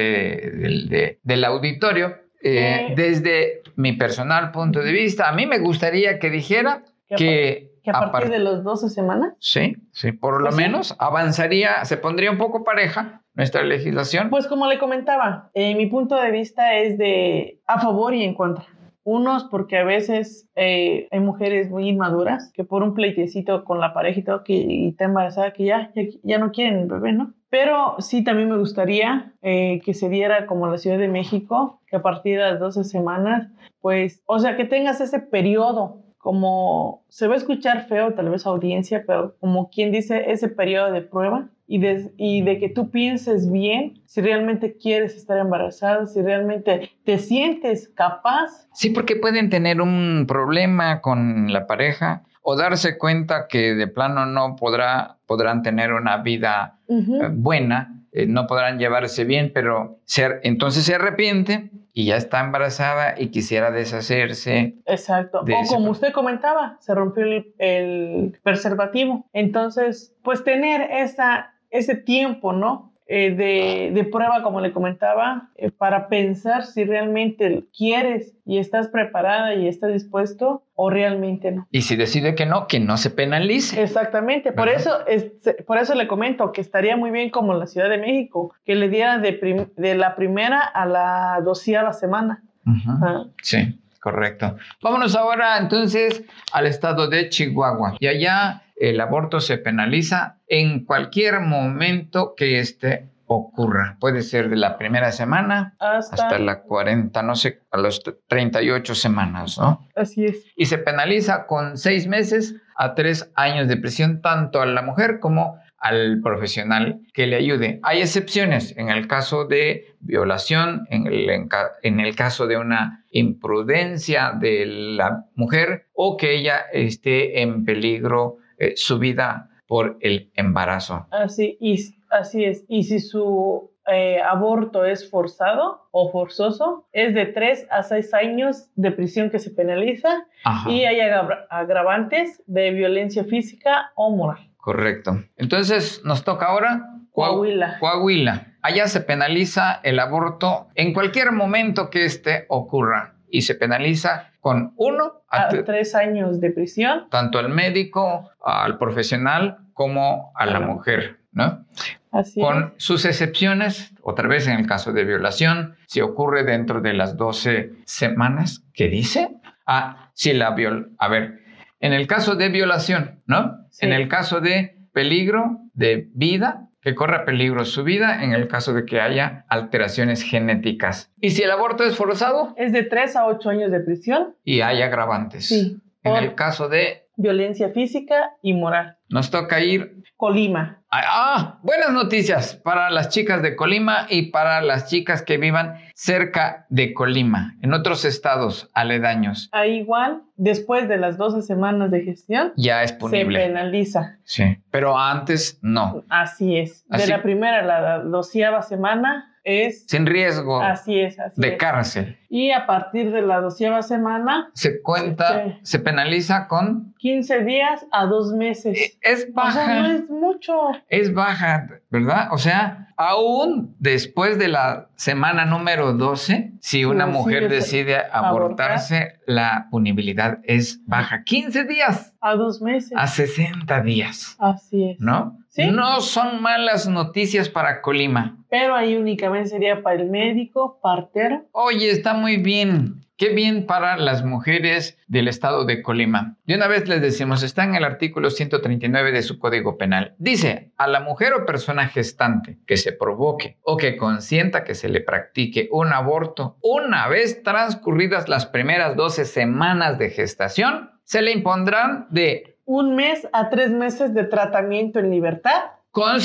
A: del, de- del auditorio, eh,
B: Eh.
A: desde mi personal punto de vista, a mí me gustaría que dijera
B: Que, a par-
A: que,
B: que a partir
A: apar-
B: de los 12 semanas.
A: Sí, sí, por lo
B: Pues sí.
A: menos avanzaría, se pondría un poco pareja nuestra legislación.
B: Pues como le comentaba, eh, mi punto de vista es de a favor y en contra. Unos porque a veces eh, hay mujeres muy inmaduras que por un pleitecito con la pareja y todo, que y está embarazada, que ya, ya, ya no quieren el bebé, ¿no? Pero sí también me gustaría eh, que se diera como la Ciudad de México, que a partir de las 12 semanas, pues, o sea, que tengas ese periodo, como se va a escuchar feo tal vez audiencia, pero como quien dice, ese periodo de prueba y de, y de que tú pienses bien si realmente quieres estar embarazada, si realmente te sientes capaz.
A: Sí, porque pueden tener un problema con la pareja o darse cuenta que de plano no podrá, podrán tener una vida
B: Ujú.
A: eh, buena, eh, no podrán llevarse bien, pero ser, entonces se arrepiente y ya está embarazada y quisiera deshacerse.
B: Exacto.
A: de
B: O
A: ese
B: como
A: pro-
B: usted comentaba, se rompió el, el preservativo. Entonces, pues tener esa, ese tiempo, ¿no? Eh, de, de prueba, como le comentaba, eh, para pensar si realmente quieres y estás preparada y estás dispuesto o realmente no.
A: Y si decide que no, que no se penalice.
B: Eh, Exactamente, por
A: ¿Verdad?
B: eso, este, por eso le comento que estaría muy bien como la Ciudad de México, que le diera de, prim- de la primera a la doceava semana.
A: Ujú.
B: Ajá.
A: Sí, correcto. Vámonos ahora entonces al estado de Chihuahua. Y allá el aborto se penaliza en cualquier momento que este ocurra. Puede ser de la primera semana
B: Hasta,
A: hasta la 40, no sé, a las 38 semanas, ¿no?
B: así es.
A: Y se penaliza con seis meses a tres años de prisión tanto a la mujer como al profesional que le ayude. Hay excepciones en el caso de violación, en el, enca- en el caso de una imprudencia de la mujer o que ella esté en peligro eh, su vida por el embarazo.
B: Así, y, s- así es. Y si su eh, aborto es forzado o forzoso, es de 3 a 6 años de prisión que se penaliza
A: Ajá.
B: y hay agra- agravantes de violencia física o moral.
A: Correcto. Entonces nos toca ahora Coahu-
B: Coahuila.
A: Coahuila. Allá se penaliza el aborto en cualquier momento que éste ocurra y se penaliza con uno a
B: A
A: t-
B: 3 años de prisión.
A: tanto al médico, al profesional como a la
B: Ajá.
A: mujer, ¿no?
B: Así
A: Con sus excepciones, otra vez en el caso de violación, si ocurre dentro de las 12 semanas, ¿qué dice? Ah, si la viol... A ver, en el caso de violación, ¿no?
B: Sí.
A: En el caso de peligro de vida, que corra peligro su vida, en el caso de que haya alteraciones genéticas. Y si el aborto es forzado
B: es. Es de 3 a 8 años de prisión.
A: y hay agravantes.
B: Sí.
A: En
B: Por
A: el caso de...
B: violencia física y moral.
A: Nos toca ir
B: Colima.
A: Ah, ah, buenas noticias para las chicas de Colima y para las chicas que vivan cerca de Colima, en otros estados aledaños.
B: Ahí igual, después de las 12 semanas de gestión,
A: Ya es
B: se
A: punible.
B: penaliza.
A: Sí. Pero antes no.
B: Así es.
A: Así-
B: De la primera a la doceava semana es.
A: Sin riesgo
B: Así es, así
A: de
B: es.
A: cárcel.
B: Y a partir de la doceava semana,
A: Se cuenta,
B: Sí.
A: se penaliza con. eh,
B: 15 días a dos meses.
A: Es
B: O sea, no
A: baja,
B: es mucho.
A: es baja, ¿verdad? O sea, aún después de la semana número 12, si una
B: Sí,
A: mujer
B: sí, es-
A: decide abortarse, la punibilidad es baja. 15 días.
B: A dos meses.
A: a 60 días,
B: Así es.
A: ¿no?
B: Sí.
A: No son malas noticias para Colima.
B: Pero ahí únicamente sería para el médico, partero.
A: Oye, está muy bien. Qué bien para las mujeres del estado de Colima. De una vez les decimos, está en el artículo 139 de su Código Penal. Dice, a la mujer o persona gestante que se provoque o que consienta que se le practique un aborto una vez transcurridas las primeras 12 semanas de gestación, se le impondrán de
B: Un mes a tres meses de tratamiento en libertad.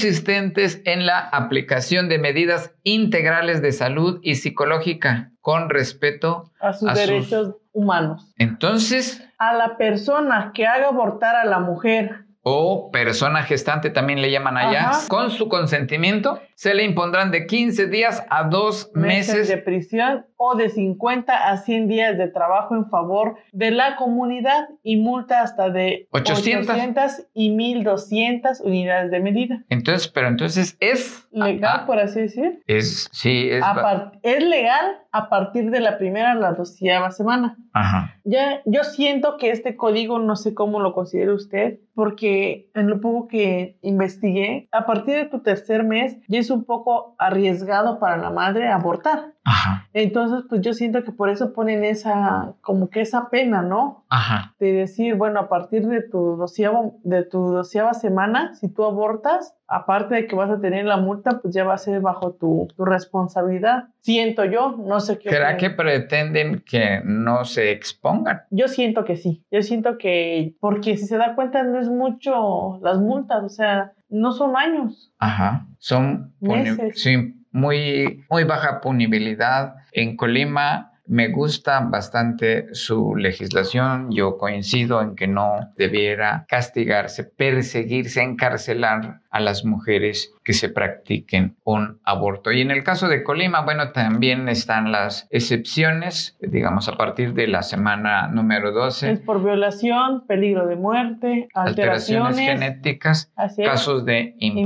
A: consistentes en la aplicación de medidas integrales de salud y psicológica con respeto.
B: A sus
A: A sus-
B: derechos humanos.
A: Entonces,
B: A la persona que haga abortar a la mujer
A: o persona gestante también le llaman allá,
B: Ajá.
A: con su consentimiento, se le impondrán de 15 días a 2
B: meses,
A: meses.
B: de prisión o de 50 a 100 días de trabajo en favor de la comunidad y multa hasta de
A: 800.
B: 800 y 1200 unidades de medida.
A: Entonces, pero entonces es...
B: Legal,
A: ah,
B: por así decir.
A: es sí, es...
B: A
A: ba-
B: par- es legal a partir de la primera a la doceava semana.
A: Ajá.
B: Ya, yo siento que este código, no sé cómo lo considere usted, porque en lo poco que investigué, a partir de tu tercer mes ya es un poco arriesgado para la madre abortar.
A: Ajá.
B: Entonces, pues yo siento que por eso ponen esa, como que esa pena, ¿no?
A: Ajá.
B: De decir, bueno, a partir de tu doceavo, de tu doceava semana, si tú abortas, aparte de que vas a tener la multa, pues ya va a ser bajo tu, tu responsabilidad. Siento yo, no sé qué.
A: ¿Será
B: opinan.
A: que pretenden que no se expongan?
B: Yo siento que sí. Yo siento que, porque si se da cuenta, no es mucho las multas, o sea, no son años.
A: Ajá. Son puni-
B: Meses.
A: sí, muy, muy baja punibilidad. En Colima Me gusta bastante su legislación. Yo coincido en que no debiera castigarse, perseguirse, encarcelar a las mujeres que se practiquen un aborto. Y en el caso de Colima, bueno, también están las excepciones, digamos, a partir de la semana número 12.
B: Es por violación, peligro de muerte, alteraciones,
A: alteraciones genéticas,
B: así es,
A: casos de imprudencia.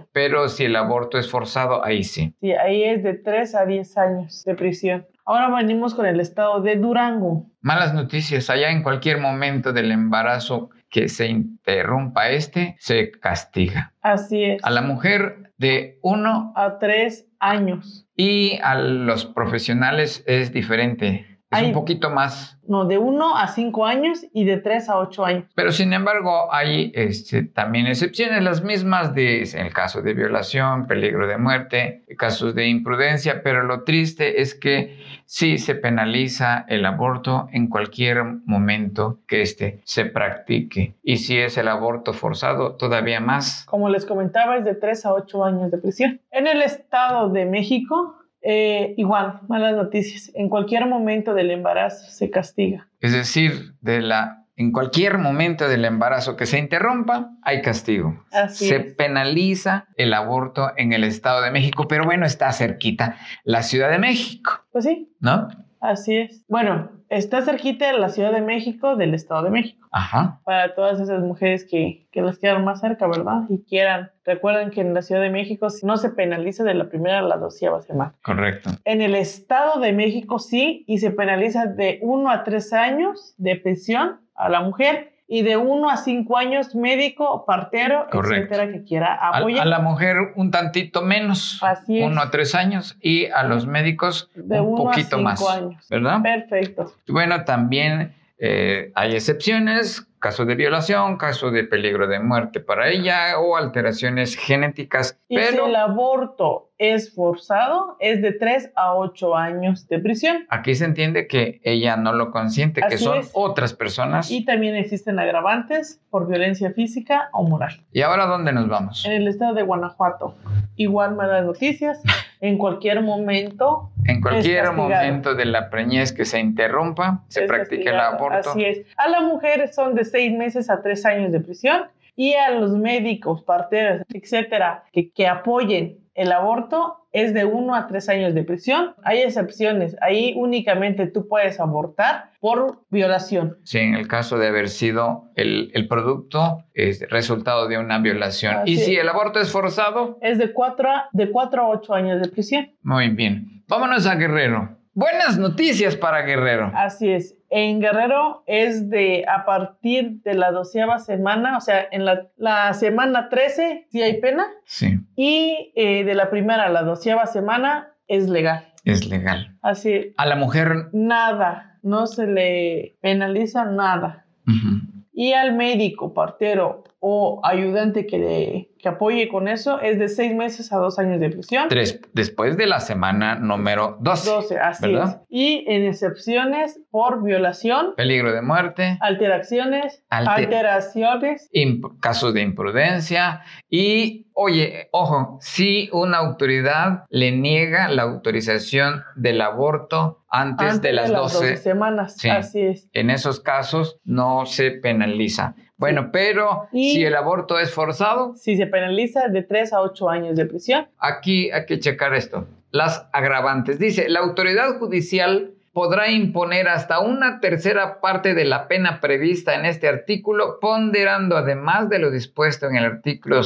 B: imprudencia.
A: Pero si el aborto es forzado, ahí sí.
B: Sí, ahí es de 3 a 10 años de prisión. Ahora venimos con el estado de Durango.
A: Malas noticias, allá en cualquier momento del embarazo que se interrumpa este, se castiga.
B: Así es.
A: A la mujer de uno
B: A 3 años.
A: y a los profesionales es diferente. Es
B: Ay.
A: un poquito más.
B: No, de 1 a 5 años y de 3 a 8 años.
A: Pero sin embargo, hay este, también excepciones, las mismas de en el caso de violación, peligro de muerte, casos de imprudencia, pero lo triste es que sí se penaliza el aborto en cualquier momento que éste se practique. Y si es el aborto forzado, todavía más.
B: Como les comentaba, es de 3 a 8 años de prisión. En el Estado de México, eh, igual, malas noticias. En cualquier momento del embarazo se castiga.
A: Es decir, de la, en cualquier momento del embarazo que se interrumpa, hay castigo.
B: Así
A: se
B: es.
A: penaliza el aborto en el Estado de México, pero bueno, está cerquita la Ciudad de México,
B: Pues sí,
A: ¿no?
B: así es. Bueno, está cerquita de la Ciudad de México del Estado de México.
A: Ajá.
B: Para todas esas mujeres que, que las quedan más cerca, ¿verdad? Y quieran. Recuerden que en la Ciudad de México no se penaliza de la primera a la doceava semana.
A: Correcto.
B: En el Estado de México sí, y se penaliza de 1 a 3 años de prisión a la mujer y de 1 a 5 años médico, partero,
A: Correcto.
B: etcétera, que quiera
A: A,
B: apoyar.
A: a la mujer un tantito menos,
B: Así es.
A: uno a tres años, y a los médicos
B: de
A: un
B: 1 a
A: poquito
B: 5
A: más,
B: años.
A: ¿verdad?
B: Perfecto.
A: Bueno, también eh, hay excepciones, caso de violación, caso de peligro de muerte para ella o alteraciones genéticas,
B: Y
A: pero
B: si el aborto es forzado, es de 3 a 8 años de prisión.
A: aquí se entiende que ella no lo consiente, que
B: Así
A: son
B: es.
A: otras personas.
B: Y
A: Y,
B: también existen agravantes por violencia física o moral.
A: ahora dónde nos vamos?
B: En el estado de Guanajuato, igual malas noticias. En cualquier momento
A: En cualquier
B: castigado.
A: momento de la preñez que se interrumpa, se
B: es
A: practica el
B: castigado.
A: aborto.
B: Así es. A la mujer son de seis meses a tres años de prisión y a los médicos, parteras, etcétera, que, que apoyen el aborto es de uno a tres años de prisión. Hay excepciones. Ahí únicamente tú puedes abortar por violación.
A: Si en el caso de haber sido el, el producto es resultado de una violación.
B: Así
A: y si
B: es.
A: el aborto es forzado,
B: Es de cuatro a, de cuatro a ocho años de prisión.
A: muy bien. Vámonos a Guerrero. Buenas noticias para Guerrero.
B: Así es. En Guerrero es de a partir de la doceava semana, o sea, en la, la semana 13 sí hay pena,
A: Sí,
B: Y eh, de la primera a la doceava semana es legal.
A: es legal.
B: Así,
A: A la mujer,
B: nada, no se le penaliza nada.
A: ujú,
B: Y al médico, partero o ayudante que, le, que apoye con eso es de seis meses a dos años de prisión.
A: tres, después de la semana número 12.
B: 12, así
A: ¿Verdad?
B: es. Y en excepciones por violación,
A: Peligro de muerte,
B: alteraciones,
A: Alter-
B: alteraciones
A: imp- casos de imprudencia y, oye, ojo, si una autoridad le niega la autorización del aborto antes, de las 12,
B: semanas.
A: Sí.
B: Así es.
A: en esos casos no se penaliza. Bueno, pero
B: Y-
A: si el aborto es forzado,
B: Si se penaliza de tres a ocho años de prisión.
A: aquí hay que checar esto. Las agravantes. Dice, la autoridad judicial podrá imponer hasta una tercera parte de la pena prevista en este artículo, ponderando además de lo dispuesto en el artículo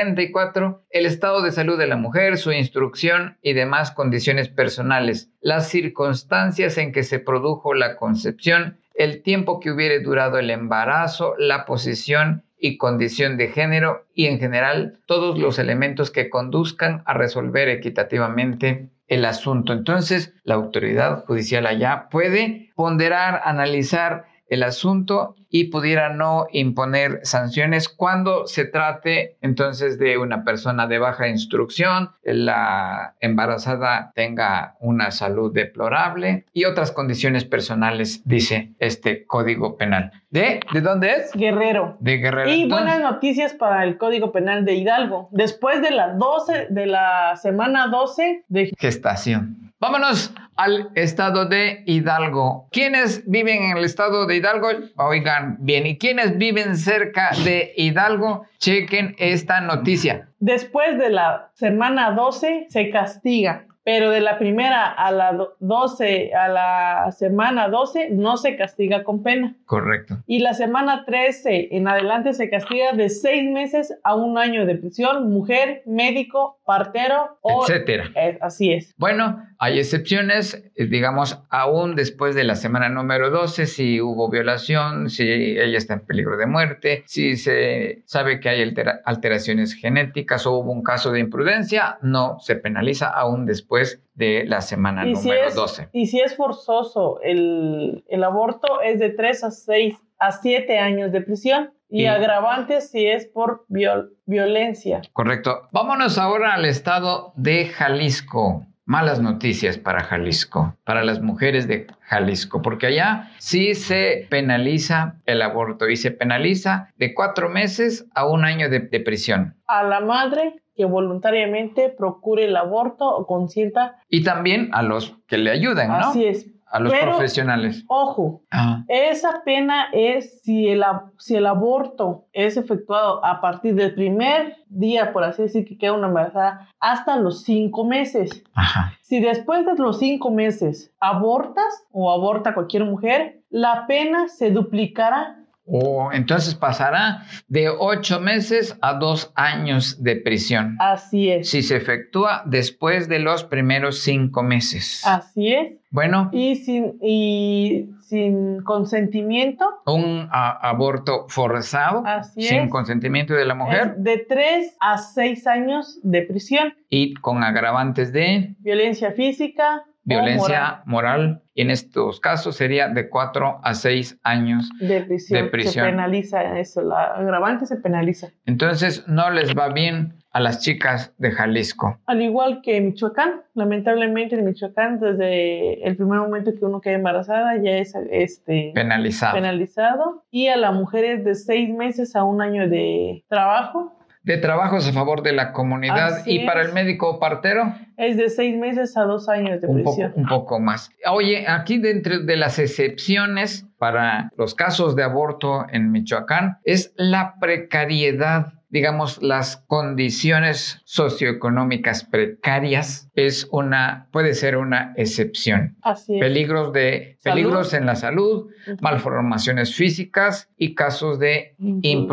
A: 74, el estado de salud de la mujer, su instrucción y demás condiciones personales, las circunstancias en que se produjo la concepción, el tiempo que hubiere durado el embarazo, la posición y condición de género y en general todos los elementos que conduzcan a resolver equitativamente el asunto. Entonces, la autoridad judicial allá puede ponderar, analizar el asunto y pudiera no imponer sanciones cuando se trate entonces de una persona de baja instrucción, la embarazada tenga una salud deplorable y otras condiciones personales, dice este código penal. ¿De, ¿de dónde es?
B: Guerrero.
A: De Guerrero.
B: Y
A: Entonces,
B: buenas noticias para el Código Penal de Hidalgo. Después de la 12 de la semana 12 de
A: Gestación. Vámonos al estado de Hidalgo. ¿Quiénes viven en el estado de Hidalgo? Oigan bien, ¿y quiénes viven cerca de Hidalgo? Chequen esta noticia.
B: Después de la semana 12 se castiga, pero de la primera a la do- 12 a la semana 12 no se castiga con pena.
A: Correcto.
B: Y la semana 13 en adelante se castiga de seis meses a un año de prisión, mujer, médico, partero o...
A: Etcétera.
B: Eh, así es.
A: Bueno, hay excepciones, eh, digamos, aún después de la semana número 12, si hubo violación, si ella está en peligro de muerte, si se sabe que hay altera- alteraciones genéticas o hubo un caso de imprudencia, no se penaliza aún después de la semana
B: Y
A: número
B: si es-
A: 12.
B: Y si es forzoso el, el aborto, es de 3 a 6 a 7 años de prisión y
A: Sí.
B: agravante si es por viol- violencia.
A: Correcto. Vámonos ahora al estado de Jalisco. Malas noticias para Jalisco, para las mujeres de Jalisco, porque allá sí se penaliza el aborto y se penaliza de cuatro meses a un año de, de prisión.
B: A la madre que voluntariamente procure el aborto o consienta.
A: Y también a los que le ayudan, ¿no?
B: Así es.
A: a los
B: pero-
A: profesionales.
B: Ojo,
A: Ah,
B: esa pena es si el, ab- si el aborto es efectuado a partir del primer día, por así decir, que queda una embarazada, hasta los 5 meses.
A: ajá.
B: Si después de los cinco meses abortas o aborta cualquier mujer, la pena se duplicará.
A: O entonces pasará de ocho meses a dos años de prisión.
B: Así es.
A: Si se efectúa después de los primeros cinco meses.
B: Así es.
A: Bueno,
B: Y sin, y sin consentimiento,
A: un a- aborto forzado
B: Así
A: sin
B: es.
A: consentimiento de la mujer
B: es de tres a seis años de prisión,
A: y con agravantes de
B: violencia física, o
A: violencia moral. Y en estos casos sería de 4 a 6 años.
B: moral de prisión.
A: de prisión.
B: Se penaliza eso, la agravante se penaliza.
A: Entonces no les va bien a las chicas de Jalisco.
B: Al igual que en Michoacán, lamentablemente en Michoacán, desde el primer momento que uno queda embarazada, ya es este,
A: Penalizadas.
B: penalizado y a las mujeres de seis meses a un año de trabajo
A: de trabajos a favor de la comunidad
B: Así
A: y para
B: es.
A: el médico partero
B: es de seis meses a dos años de
A: un poco,
B: prisión.
A: un poco más. Oye, aquí dentro de las excepciones para los casos de aborto en Michoacán es la precariedad digamos las condiciones socioeconómicas precarias es una puede ser una excepción
B: Así es.
A: peligros de
B: Salud.
A: peligros en la salud malformaciones físicas y casos de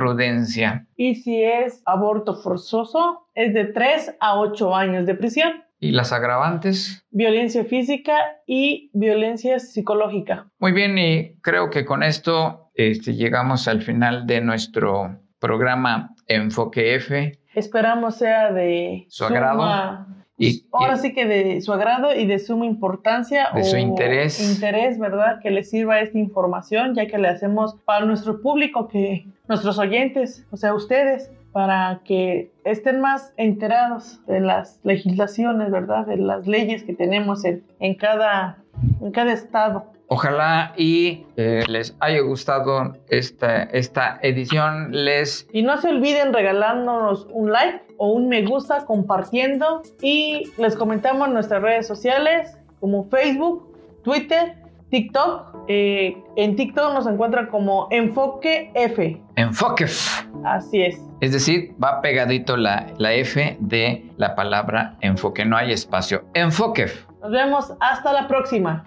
A: imprudencia
B: Y si es aborto forzoso, es de tres a ocho años de prisión.
A: y las agravantes
B: Violencia física y violencia psicológica.
A: Muy bien, y creo que con esto este, llegamos al final de nuestro programa Enfoque F.
B: Esperamos sea de
A: Su agrado. Y,
B: Pues, ahora
A: y-
B: sí que de su agrado y de suma importancia
A: De su interés.
B: interés, ¿verdad? Que le sirva esta información, ya que le hacemos para nuestro público, que nuestros oyentes, o sea, ustedes, para que estén más enterados de las legislaciones, ¿verdad? De las leyes que tenemos en, en cada, en cada estado.
A: ojalá y eh, les haya gustado esta, esta edición. Les
B: Y no se olviden regalándonos un like o un me gusta compartiendo. Y les comentamos nuestras redes sociales como Facebook, Twitter, TikTok. Eh, en TikTok nos encuentran como Enfoque F.
A: enfoque, F.
B: Así es.
A: es decir, va pegadito la, la F de la palabra enfoque, no hay espacio. Enfoque. F.
B: Nos vemos hasta la próxima.